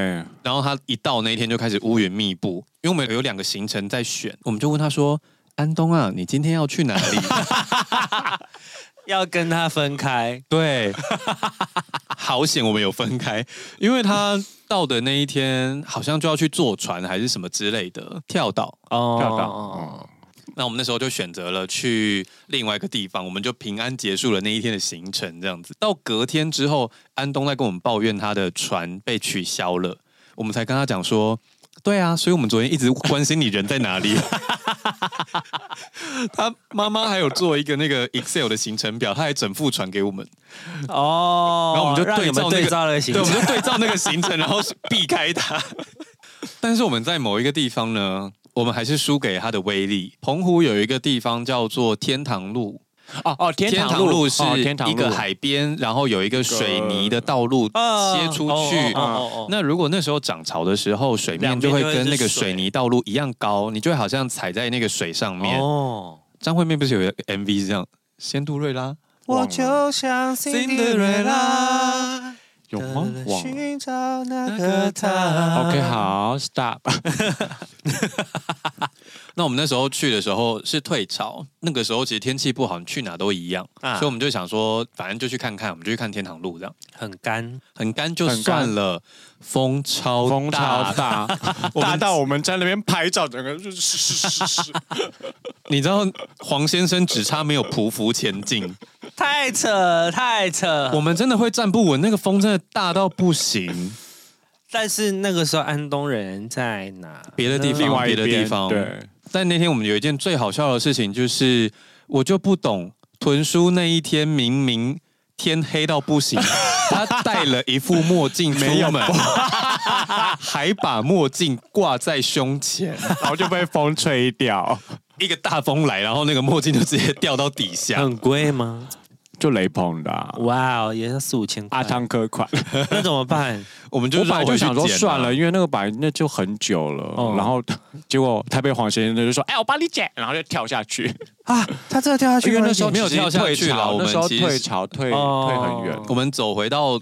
B: 然后他一到那一天就开始乌云密布，因为我们有两个行程在选，我们就问他说：“安东啊，你今天要去哪里
A: 要跟他分 [laughs] 开？”
B: 对，好险我们有分开，因为他到的那一天好像就要去坐船还是什么之类的跳岛。
A: 哦
C: 跳岛，哦，
B: 那我们那时候就选择了去另外一个地方，我们就平安结束了那一天的行程，这样子。到隔天之后，安东在跟我们抱怨他的船被取消了，我们才跟他讲说。对啊，所以我们昨天一直关心你人在哪里。 [laughs] 他妈妈还有做一个那个 Excel 的行程表，他还整副传给我们，
A: 哦，
B: 然后我们就
A: 让
B: 对
A: 你
B: 照
A: 们
B: 那个
A: 对照了行
B: 对，
A: 程
B: 我，们就对照那个行程，然后是避开它。 [laughs] 但是我们在某一个地方呢，我们还是输给它的威力。澎湖有一个地方叫做天堂路，
C: 哦哦，天
B: 天
C: 堂
B: 堂
C: 路
B: 路是
C: 哦天堂
B: 一个
C: 路
B: 海边，然后有一个水泥的道路
A: 啊
B: 切出
A: 哦
B: 去
A: 哦。哦哦
B: 那如果那时候涨潮的时候，水面就会跟那个水泥道路一样高，你就会好像踩在那个水上嗯面。
A: 哦，
B: 张惠妹不是有个 MV 是这样，仙杜瑞拉
C: 忘了
A: 像
C: 有吗？忘了。
A: 找那
B: 个她
C: OK，好，Stop。
B: 那我们那时候去的时候是退潮，那个时候其实天气不好，你去哪都一样，
A: 啊
B: 所以我们就想说，反正就去看看，我们就去看天堂路这样，
A: 很干，
B: 很干就
C: 很干
B: 算了，风超
C: 风超
B: 大，
C: 大，
B: 我们
C: 大到我们在那边拍照，整个就是是是是是，
B: 你知道黄先生只差没有匍匐前进，
A: 太扯太
B: 我
C: 啊
A: 扯。
B: 们真的会站不稳，那个风真的大到不行，
A: 但是那个时候安东人在哪？
B: 别的地方
C: 另外一
B: 别的地
C: 边
B: 方
C: 对，
B: 但那天我们有一件最好笑的事情，就是我就不懂屯叔那一天明明天黑到不
C: [laughs]
B: 行，他戴了一副墨镜出
C: 没有
B: 门， [laughs] 还把墨镜挂在胸前，
C: 然后就被风吹掉，
B: 一个大风来，然后那个墨镜就直接掉到底
C: [laughs]
B: 下。
A: 很贵吗？
C: 就雷鹏的啊
A: 哇哦，也要四五千
C: 阿
A: 块，
C: 汤哥款。
A: 那怎么办？
B: 我们就
C: 我本来
B: 绕
C: 就
B: 回去
C: 想说
B: 捡啊
C: 算了，，因为那个本来那就很久了
A: 哦，
C: 然后结果台北黄先生就说：“哎，我帮你捡。”然后就跳下 [laughs] 去，
A: 啊，他真的掉下去
C: 因为那时候
B: 没有
C: 其实
B: 跳下去
C: 退
B: 啦
C: 潮
B: 我们
C: 那时候
B: 其实
C: 退潮退
A: 哦
C: 退很远。
B: 我们走回到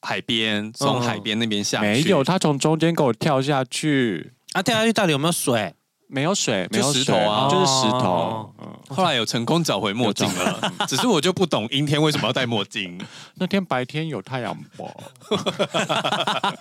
B: 海边，从海边那边下去，
C: 嗯没有，他从中间给我跳下去，
A: 啊，掉下去到底有没有水？
C: 没有水，没有
B: 就石
C: 水
B: 头啊
C: 就是石
A: 哦
C: 头。嗯
B: 后来有成功找回墨镜了， [laughs] 只是我就不懂阴天为什么要戴墨镜。
C: 那天白天有太阳吧？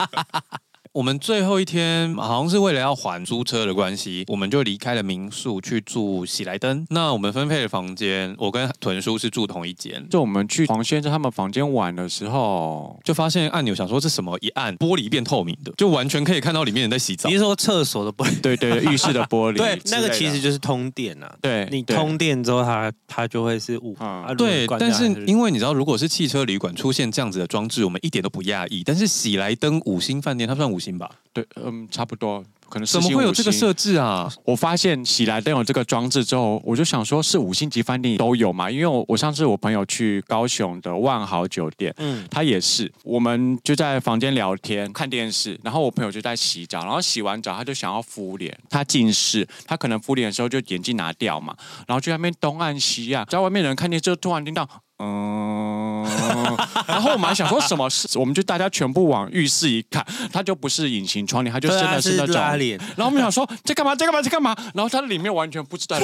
B: 我们最后一天好像是为了要还租车的关系，我们就离开了民宿去住喜来登。那我们分配的房间，我跟屯叔是住同一间，
C: 就我们去黄先生他们房间玩的时候， [laughs]
B: 就发现按钮想说这什么，一按玻璃变透明的，就完全可以看到里面人在洗澡
A: 你。是说厕所的不？
C: 对对对，浴室的玻璃之
A: 对
C: 类的，，
A: 那个其实就是通电啊。
C: 对
A: 你
C: 对
A: 通电之后，它它就会是雾。
C: 嗯
A: 啊如果
B: 对，
A: 关掉
B: 但是
A: 它就
B: 因为你知道，如果是汽车旅馆出现这样子的装置，我们一点都不讶异。但是喜来登五星饭店，它算五星吧？
C: 对，嗯，差不多可能四
B: 怎么
C: 星
B: 会有
C: 五
B: 这个
C: 星
B: 设置啊？
C: 我发现喜来登有这个装置之后，我就想说，是五星级饭店都有嘛？因为我我上次我朋友去高雄的万豪酒店，
A: 嗯，
C: 他也是，我们就在房间聊天看电视，然后我朋友就在洗澡，然后洗完澡他就想要敷脸，他近视，他可能敷脸的时候就眼镜拿掉嘛，然后就在那边东按西按，在外面的人看见之后突然听到。嗯， [laughs] 然后我们还想说什么事，我们就大家全部往浴室一看，它就不是隐形窗帘，它就真
A: 对
C: 的
A: 啊，
C: 是
A: 是
C: 那种
A: 拉脸，
C: 然后我们想说在干嘛，在干嘛，在干嘛？然后他里面完全不知
B: [laughs]
C: 道，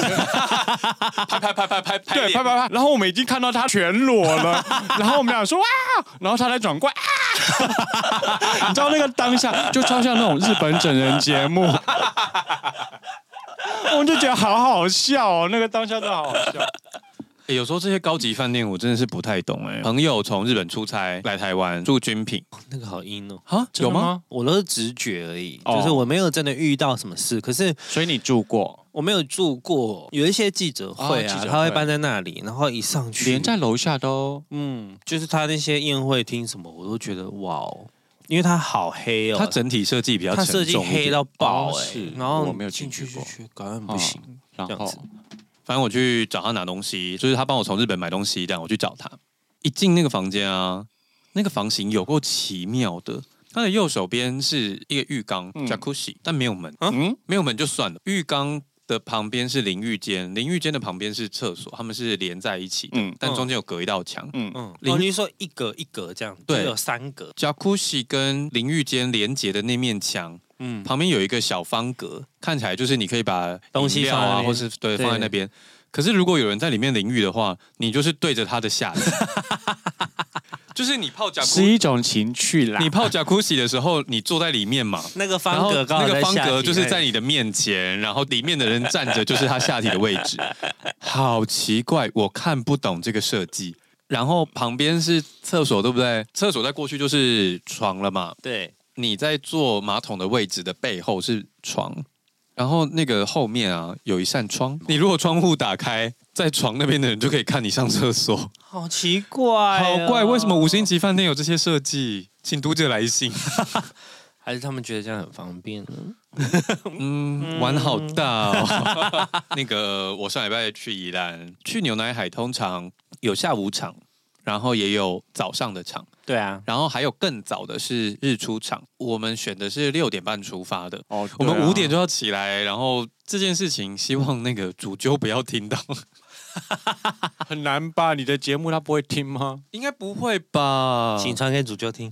B: 拍拍拍拍拍拍
C: 对，
B: 脸
C: 拍拍拍。然后我们已经看到他全裸了， [laughs] 然后我们俩说哇，然后他才转过来 [laughs] 啊，你知道那个当下就超像那种日本整人节目， [laughs] 我就觉得好好笑哦，那个当下真的好好笑。
B: 欸有时候这些高级饭店我真的是不太懂哎、朋友从日本出差来台湾住军品
A: 那个好阴哦。
B: 啊，
C: 真的吗？
A: 我都是直觉而已，
C: 哦
A: 就是我没有真的遇到什么事，可是
C: 所以你住过，
A: 我没有住过，有一些记者会
C: 哦
A: 啊，
C: 记者会
A: 他会搬在那里，然后一上去，
C: 连在楼下都，
A: 嗯，就是他那些宴会厅什么，我都觉得哇哦，因为他好黑哦，
B: 它整体设计比较
A: 他
B: 沉
A: 设计
B: 重一
A: 黑
B: 点。
A: 到爆
C: 哦
A: 哎、
C: 是
A: 然后
C: 我没有
A: 进
C: 进
A: 去
C: 去
A: 就
C: 过
A: 去，感觉不行。
C: 然
A: 这样
C: 后
A: 子
B: 反正我去找他拿东西，就是他帮我从日本买东西，这样我去找他。一进那个房间啊，那个房型有够奇妙的。他的右手边是一个浴缸
C: 嗯
B: （jacuzzi），、但没有门，
C: 嗯，
B: 没有门就算了。浴缸的旁边是淋浴间，淋浴间的旁边是厕所，他们是连在一起的，
C: 嗯
B: 但中间有隔一道墙。
C: 嗯
A: 嗯，
B: 零
A: 哦，你是说一格一格这样，
B: 对
A: 就是有三格，
B: jacuzzi 跟淋浴间连接的那面墙
A: 嗯，
B: 旁边有一个小方格，看起来就是你可以把
A: 东西
B: 饮料
A: 放在那
B: 啊，
A: 边
B: 或是对
A: 对
B: 放在那边。可是如果有人在里面淋浴的话，你就是对着他
A: [laughs]
B: 的下体，就是你泡甲
C: 是
B: 库，
C: 一种情趣啦
B: 你。泡甲库洗的时候，你坐在里面嘛。
A: 那个
B: 然
A: 方
B: 后
A: 格刚好
B: 那个
A: 在
B: 方
A: 下
B: 格
A: 体
B: 就是
A: 那
B: 在
A: 里
B: 你的面前，然后里面的人站着就是他下体的位置，好奇怪，我看不懂这个设计。然后旁边是厕所，对不对？厕所再过去就是床了嘛。
A: 对，
B: 你在坐马桶的位置的背后是床，然后那个后面啊有一扇窗，你如果窗户打开，在床那边的人就可以看你上厕所，
A: 好奇怪哦、
B: 好怪，为什么五星级饭店有这些设计？请读者来信。
A: 还是他们觉得这样很方便呢？
B: 嗯，玩好大哦。 [laughs] 那个，我上礼拜去宜兰，去牛奶海，通常有下午场，然后也有早上的场，
A: 对啊，
B: 然后还有更早的是日出场。我们选的是六点半出发的，
C: 哦
B: 我
C: 对啊
B: 们五点就要起来，然后这件事情希望那个主揪不要听到，
C: 很难吧？你的节目他不会听吗？
B: 应该不会吧？
A: 请传给主教听。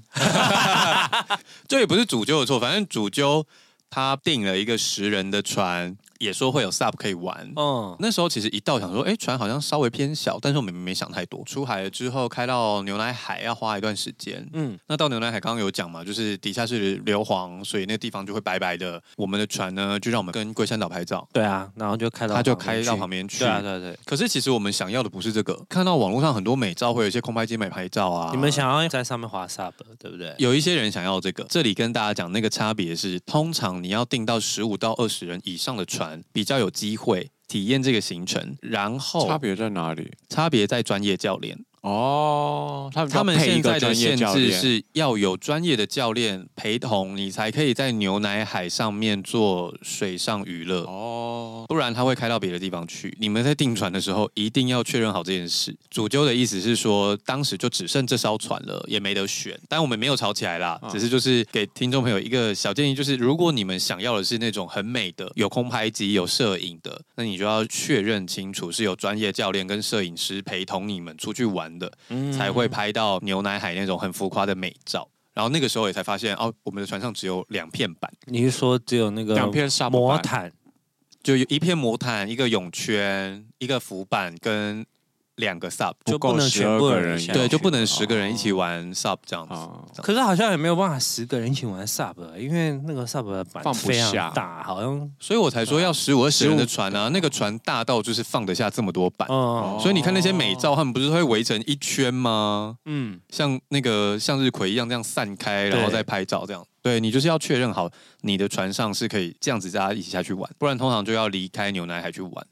B: 这也不是主揪的错，反正主揪他订了一个十人的船，也说会有 sub 可以玩。
A: 嗯，
B: 那时候其实一到想说，哎、船好像稍微偏小，但是我们没想太多。出海了之后，开到牛奶海要花一段时间。
A: 嗯，
B: 那到牛奶海刚刚有讲嘛，就是底下是硫磺，所以那地方就会白白的。我们的船呢，就让我们跟龟山岛拍照，
A: 对啊，然后就开到
B: 它就
A: 旁边
B: 开到
A: 去
B: 旁边去。
A: 对啊，对啊对啊
B: 可是其实我们想要的不是这个，看到网络上很多美照，会有一些空拍机美拍照啊。
A: 你们想要在上面滑 sub 对不对？
B: 有一些人想要这个，这里跟大家讲那个差别是，通常你要订到十五到二十人以上的船，比较有机会体验这个行程。然后
C: 哦差别在哪里？
B: 差别在专业教练，
C: 哦，他们
B: 他们
C: 要配
B: 现
C: 一个
B: 在的
C: 专业
B: 限
C: 教
B: 制
C: 练
B: 是要有专业的教练陪同，你才可以在牛奶海上面做水上娱乐。
C: 哦，
B: 不然他会开到别的地方去。你们在订船的时候一定要确认好这件事。主揪的意思是说，当时就只剩这艘船了，也没得
C: 哦
B: 选。但我们没有吵起来啦，
C: 嗯
B: 只是就是给听众朋友一个小建议，就是如果你们想要的是那种很美的、有空拍机、有摄影的，那你就要确认清楚是有专业教练跟摄影师陪同你们出去玩的，
A: 嗯
B: 才会拍到牛奶海那种很浮夸的美照。然后那个时候也才发现，哦，我们的船上只有两片板。
A: 你是说只有那个
C: 两片沙
A: 魔
C: 漠毯，
A: 毯？
B: 就有一片魔毯、一个泳圈、一个浮板跟两个 sub，
A: 就不
C: 够
A: 能
C: 12
A: 全部
C: 个
A: 人
C: 人
A: 一起
C: 以
A: 啊
B: 对，
C: 上
B: 就不
C: 去
B: 能十个人一起玩 sub 这样子。
C: 哦
A: 可是好像也没有办法十个人一起玩 sub，因为那个 sub 的板
C: 放不
A: 非常
C: 下
A: 大，好像
B: 所以我才说要十五二十人的
C: 15
B: 船啊，那个船大到就是放得下这么多板。
A: 嗯
B: 所以你看那些美照，他们不是会围成一圈吗？
A: 嗯，
B: 像那个向日葵一样这样散开，然后
A: 对
B: 再拍照这样。对你就是要确认好你的船上是可以这样子大家一起下去玩，不然通常就要离开牛奶海去玩。欸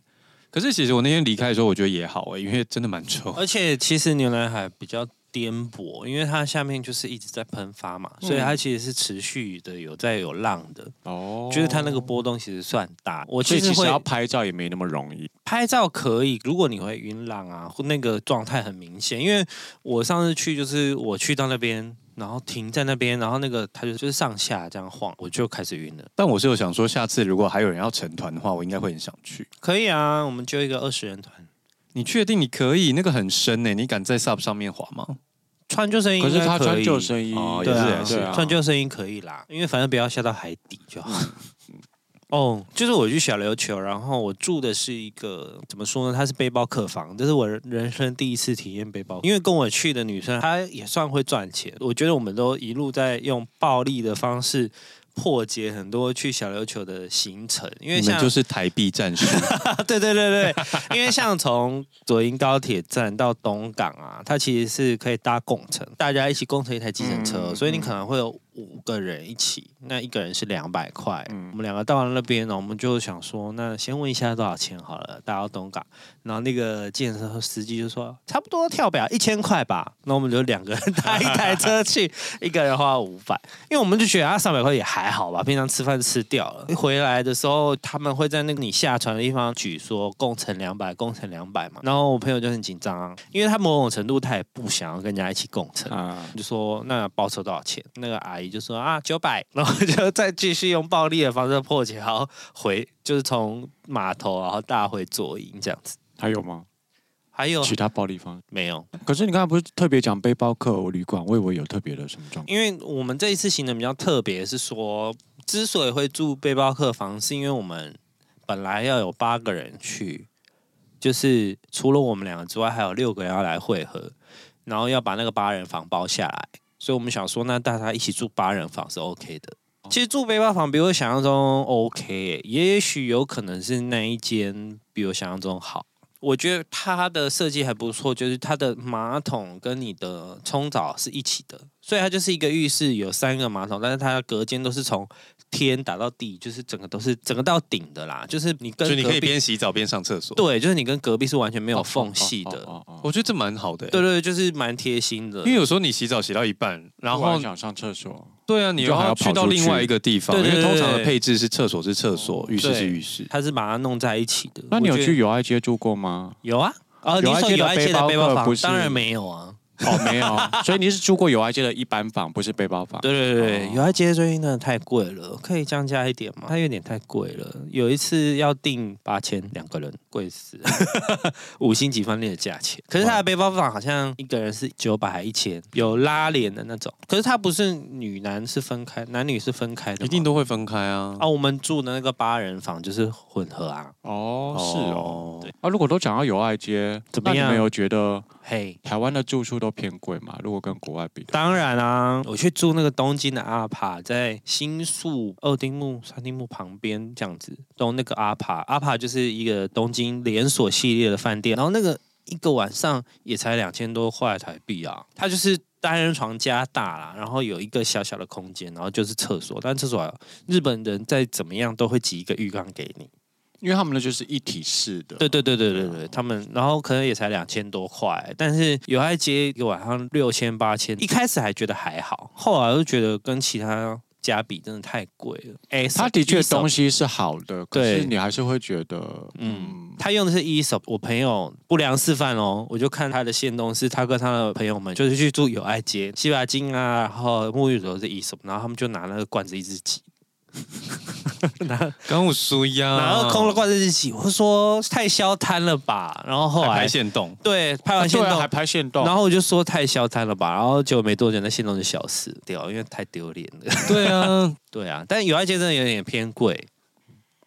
B: 可是其实我那天离开的时候，我觉得也好哎、因为真的蛮臭。
A: 而且其实牛奶海比较颠簸，因为它下面就是一直在喷发嘛，所以它其实是持续的有在有浪的，
C: 哦
A: 就是它那个波动其实算大。我
C: 所
A: 其
C: 以
A: 实
C: 其实
A: 会
C: 要拍照也没那么容易。
A: 拍照可以，如果你会晕浪啊，或那个状态很明显。因为我上次去就是我去到那边，然后停在那边，然后那个它就就是上下这样晃，我就开始晕了。
B: 但我是有想说，下次如果还有人要成团的话，我应该会很想去。
A: 可以啊，我们就一个二十人团，
B: 你确定你可以？那个很深呢、欸你敢在 Sub 上面滑吗？
A: 穿救生衣
C: 可是
A: 应该
C: 他穿
A: 以
C: 救生衣，
B: 哦
A: 对
B: 也是
A: 啊，
B: 也是
C: 对啊
A: 穿救生衣可以啦，因为反正不要下到海底就
B: [laughs]
A: 好。哦，就是我去小琉球，然后我住的是一个怎么说呢？它是背包客房，这是我人人生第一次体验背包。因为跟我去的女生，她也算会赚钱，我觉得我们都一路在用暴力的方式破解很多去小琉球的行程。因为
B: 你
A: 像
B: 们就是台币战士，
A: [laughs] 对对
C: [laughs]
A: 对对，因为像从左营高铁站到东港啊，它其实是可以搭共乘，大家一起共乘一台计程车，
C: 嗯
A: 所以你可能会有五个人一起，那一个人是两百块。
C: 嗯
A: 我们两个到了那边呢，我们就想说，那先问一下多少钱好了，搭到东港，然后那个计程车司机就说差不多跳表一千块吧，那我们就两个人搭一台车去，一个人花五百，因为我们就觉得啊，三百块也还好吧，平常吃饭吃掉了。回来的时候，他们会在那个你下船的地方举说共乘两百，共乘两百嘛。然后我朋友就很紧张、啊，因为他某种程度他也不想要跟人家一起共乘。
C: 啊，
A: 就说那包车多少钱？那个阿姨就说啊九百， [laughs] 然后就再继续用暴力的方式破解，然后回就是从码头然后搭回左营这样子。
C: 还有吗？
A: 还有
C: 其他暴力方？
A: 没有？
C: 可是你刚才不是特别讲背包客旅馆，我以为有特别的什么状况。
A: 因为我们这一次行程比较特别，是说之所以会住背包客房，是因为我们本来要有八个人去，就是除了我们两个之外，还有六个人要来会合，然后要把那个八人房包下来，所以我们想说，那大家一起住八人房是 OK 的。其实住背包房比我想象中 OK，耶、也许有可能是那一间比我想象中好。我觉得它的设计还不错，就是它的马桶跟你的冲澡是一起的，所以它就是一个浴室有三个马桶，但是它的隔间都是从天打到地，就是整个都是整个到顶的啦，就是你跟
B: 所以你
A: 隔
B: 可以
A: 壁
B: 边洗澡边上厕所。
A: 对，就是你跟隔壁是完全没有缝隙的，
C: 哦哦哦哦
B: 我觉得这蛮好的、欸
A: 对对，对就是蛮贴心的
B: 因。为有时候你洗澡洗到一半，然
C: 然后
B: 后
C: 想上厕所，
B: 对啊，你
C: 你
B: 又
C: 就还
B: 要
C: 要
B: 去到
C: 跑出去
B: 另外一个地方，
A: 对对对
B: 因为通常的
A: 对
B: 配置是厕所是厕所，浴室是
A: 对
B: 浴室。
A: 它是把它弄在一起的。
C: 那你有
A: 我觉得
C: 去友爱街住
A: [laughs]
C: 过吗？
A: 有啊？哦，你
C: 友爱
A: 说
C: 街的
A: 有爱街的
C: 背
A: 背包
C: 包客
A: 房
C: 不，是
A: 当然没有啊。
C: 哦，没有， [laughs] 所以你是住过友爱街的一般房，不是背包房。
A: 对对对对
C: 哦
A: 友爱街最近真的太贵了，可以降价一点吗？它有点太贵了。有一次要订八千两个人，贵死了， [laughs] 五星级饭店的价钱。可是它的背包房好像一个人是九百还一千，有拉帘的那种。可是它不是女男是分开，男女是分开的吗，
B: 一定都会分开啊。
A: 啊。我们住的那个八人房就是混合啊，
C: 哦，是哦。
A: 对
C: 啊，如果都讲到友爱街，
A: 怎么
C: 那
A: 样
C: 你们有觉得
A: 嘿。
C: 台湾的住宿都偏贵吗？如果跟国外比的话，
A: 当然啊，我去住那个东京的阿帕，在新宿二丁目、三丁目旁边这样子，东那个阿帕，阿帕就是一个东京连锁系列的饭店，然后那个一个晚上也才两千多块台币啊，它就是。单人床加大啦，然后有一个小小的空间，然后就是厕所。但厕所啊日本人再怎么样都会挤一个浴缸给你。
C: 因为他们的就是一体式的。
A: 对对对对对
C: 啊
A: 对，他们然后可能也才两千多块，但是友爱街一个晚上六千八千，一开始还觉得还好，后来就觉得跟其他家比真的太贵了。哎，
C: 它的确东
A: 西，
C: 西是好的，可
A: 对
C: 是你还是会觉得，
A: 嗯
C: 嗯，
A: 他用的是 ESOP，我朋友不良示范哦，我就看他的线动是他跟他的朋友们就是去住友爱街，洗发精啊，然后沐浴乳都是 ESOP，然后他们就拿那个罐子一直挤。
B: 刚我输
C: 啊
B: 呀，
A: 然后空了罐子一直挤，我就说太消摊了吧。然后后
B: 还
A: 来
C: [laughs]
B: 排线洞，
A: 对拍
C: 啊
A: 完线
C: 对啊
A: 动
C: 还拍现动，
A: 然后我就说太消摊了吧，然后结果没多久那线动就消失掉，因为太丢脸了。
B: 对啊，
A: [laughs] 对啊，但友爱街真的有点偏贵。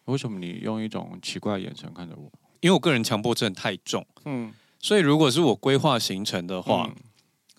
C: 为什么你用一种奇怪的眼神看着我？
B: 因为我个人强迫症太重，
C: 嗯，
B: 所以如果是我规划行程的话，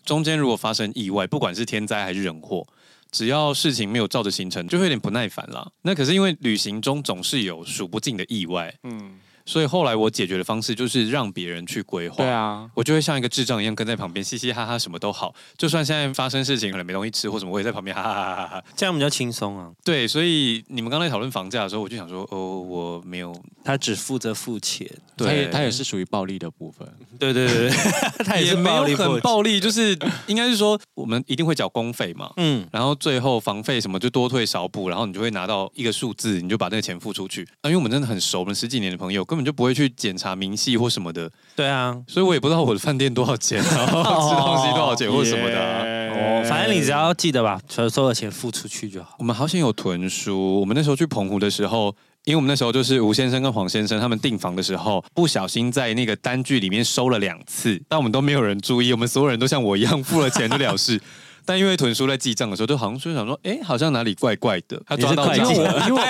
B: 中间如果发生意外，不管是天灾还是人祸，只要事情没有照着行程，就会有点不耐烦啦。那可是因为旅行中总是有数不尽的意外，
C: 嗯，
B: 所以后来我解决的方式就是让别人去规划。
C: 对啊，
B: 我就会像一个智障一样跟在旁边，嘻嘻哈哈，什么都好。就算现在发生事情，可能没东西吃或什么，我也在旁边哈哈哈哈哈哈。
A: 这样比较轻松啊。
B: 对，所以你们刚才讨论房价的时候，我就想说，哦，我没有，
A: 他只负责付钱，
C: 他也
B: 对，
C: 他也是属于暴力的部
A: [laughs]
C: 分。
A: 对对对对， [laughs] 他也
B: 也
A: 是
B: 没
A: 暴力
B: 有
A: 过
B: 很。暴力，就是应该是说，我们一定会缴公费嘛，
A: 嗯，
B: 然后最后房费什么就多退少补，然后你就会拿到一个数字，你就把那个钱付出去。啊，因为我们真的很熟，我们十几年的朋友，根本就不会去检查明细或什么的，
A: 对啊。
B: 所以我也不知道我的饭店多少钱，然后吃东西多少钱或什么的啊、
A: [laughs] 哦，反正你只要记得把所所有钱付出去就好。
B: 我们好险有囤书。我们那时候去澎湖的时候，因为我们那时候就是吴先生跟黄先生他们订房的时候，不小心在那个单据里面收了两次，但我们都没有人注意，我们所有人都像我一样付了钱就了事。 [laughs] 但因为囤书在记账的时候，就好像就想说，哎、好像哪里怪怪的，他抓到
A: 你是 [laughs]
B: 账
A: 会计
B: 了。
C: 因为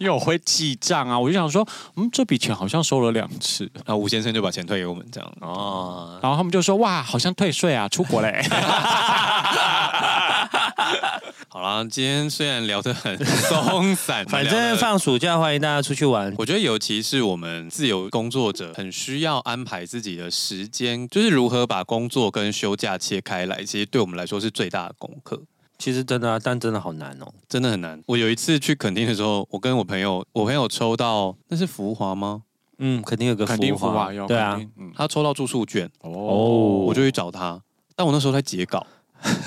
C: 因为我会记账啊，我就想说，嗯，这笔钱好像收了两次，
B: 然后吴先生就把钱退给我们，这样。
A: 哦，
C: 然后他们就说，哇，好像退税啊，出
A: [laughs]
C: 国嘞、
B: 好啦，今天虽然聊得很松 [laughs] 散，
A: 反
B: 聊
A: 正
B: 得
A: 放暑假欢迎大家出去玩。
B: 我觉得，尤其是我们自由工作者，很需要安排自己的时间，就是如何把工作跟休假切开来，其实对我们来说是最大的功课。
A: 其实真的、啊，但真的好难哦。
B: 真的很难。我有一次去垦丁的时候，我跟我朋友，我朋友抽到那是福华吗？
A: 嗯，肯定有个
C: 肯定
A: 浮
C: 付
A: 华
C: 啊，有
A: 对啊
C: 肯，定嗯，
B: 他抽到住宿券，
A: 哦
B: 我就去找他，但我那时候在截稿，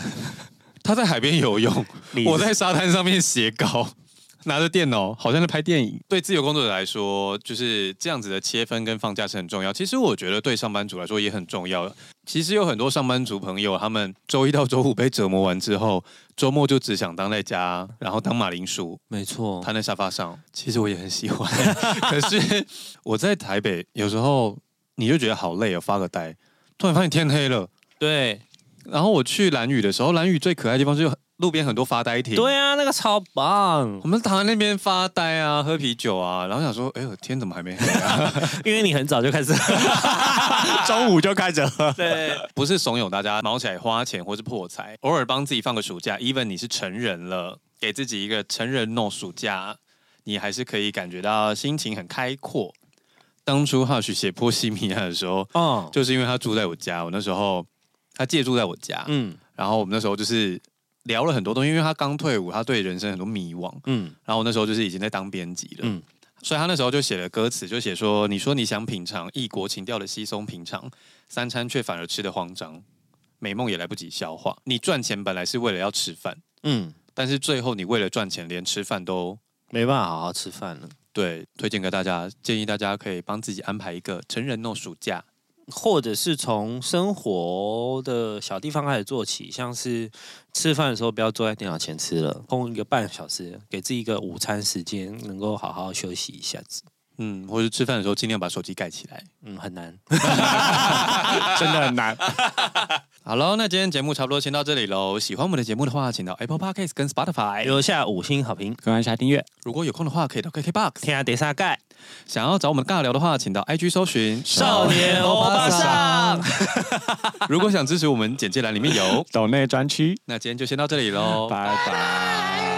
B: [laughs] 他在海边游泳，我在沙滩上面写稿， [laughs] 拿着电脑，好像在拍电影。对自由工作者来说，就是这样子的切分跟放假是很重要。其实我觉得对上班族来说也很重要。其实有很多上班族朋友，他们周一到周五被折磨完之后，周末就只想当在家，然后当马铃薯
A: 没错，
B: 瘫在沙发上。 [laughs] 其实我也很喜欢，可是我在台北有时候你就觉得好累哦，发个呆，突然发现天黑了。
A: 对
B: 然后我去兰屿的时候，兰屿最可爱的地方就是路边很多发呆亭。
A: 对啊，那个超棒，
B: 我们躺在那边发呆啊，喝啤酒啊，然后想说，哎呦天，怎么还没黑啊？
A: 因为你很早就开始，。
C: 中午就开始喝
A: [laughs] 对，
B: 不是怂恿大家毛起来花钱或是破财，偶尔帮自己放个暑假，even 你是成人了，给自己一个成人弄暑假，你还是可以感觉到心情很开阔。当初 Hush 写《波西米亚》的时候，
A: [laughs] 哦，
B: 就是因为他住在我家，我那时候他借住在我家，
A: 嗯
B: 然后我们那时候就是聊了很多东西，因为他刚退伍，他对人生很多迷惘，
A: 嗯
B: 然后我那时候就是已经在当编辑了，
A: 嗯
B: 所以他那时候就写了歌词，就写说：“你说你想品尝异国情调的稀松平常，三餐却反而吃得慌张，美梦也来不及消化。你赚钱本来是为了要吃饭，
A: 嗯，
B: 但是最后你为了赚钱连吃饭都
A: 没办法好好吃饭了，
B: 对。推荐给大家，建议大家可以帮自己安排一个成人弄暑假。
A: 或者是从生活的小地方开始做起，像是吃饭的时候不要坐在电脑前吃了，空一个半小时，给自己一个午餐时间，能够好好休息一下子。
B: 嗯，或是吃饭的时候尽量把手机盖起来。
A: 嗯，很难。
C: 真的很难。
B: 好喽，那今天节目差不多先到这里喽。喜欢我们的节目的话，请到 Apple Podcast 跟 Spotify。
A: 留下五星好评，
C: 跟按下订阅，
B: 如果有空的话，可以到 KKBox。
A: 天下得下盖，
B: 想要找我们尬聊的话，请到 IG 搜寻
A: 少年欧巴桑。
B: 如果想支持我们，简介栏里面有。
C: 抖内专区，
B: 那今天就先到这里喽，
C: 拜拜。
B: 哎
A: 哦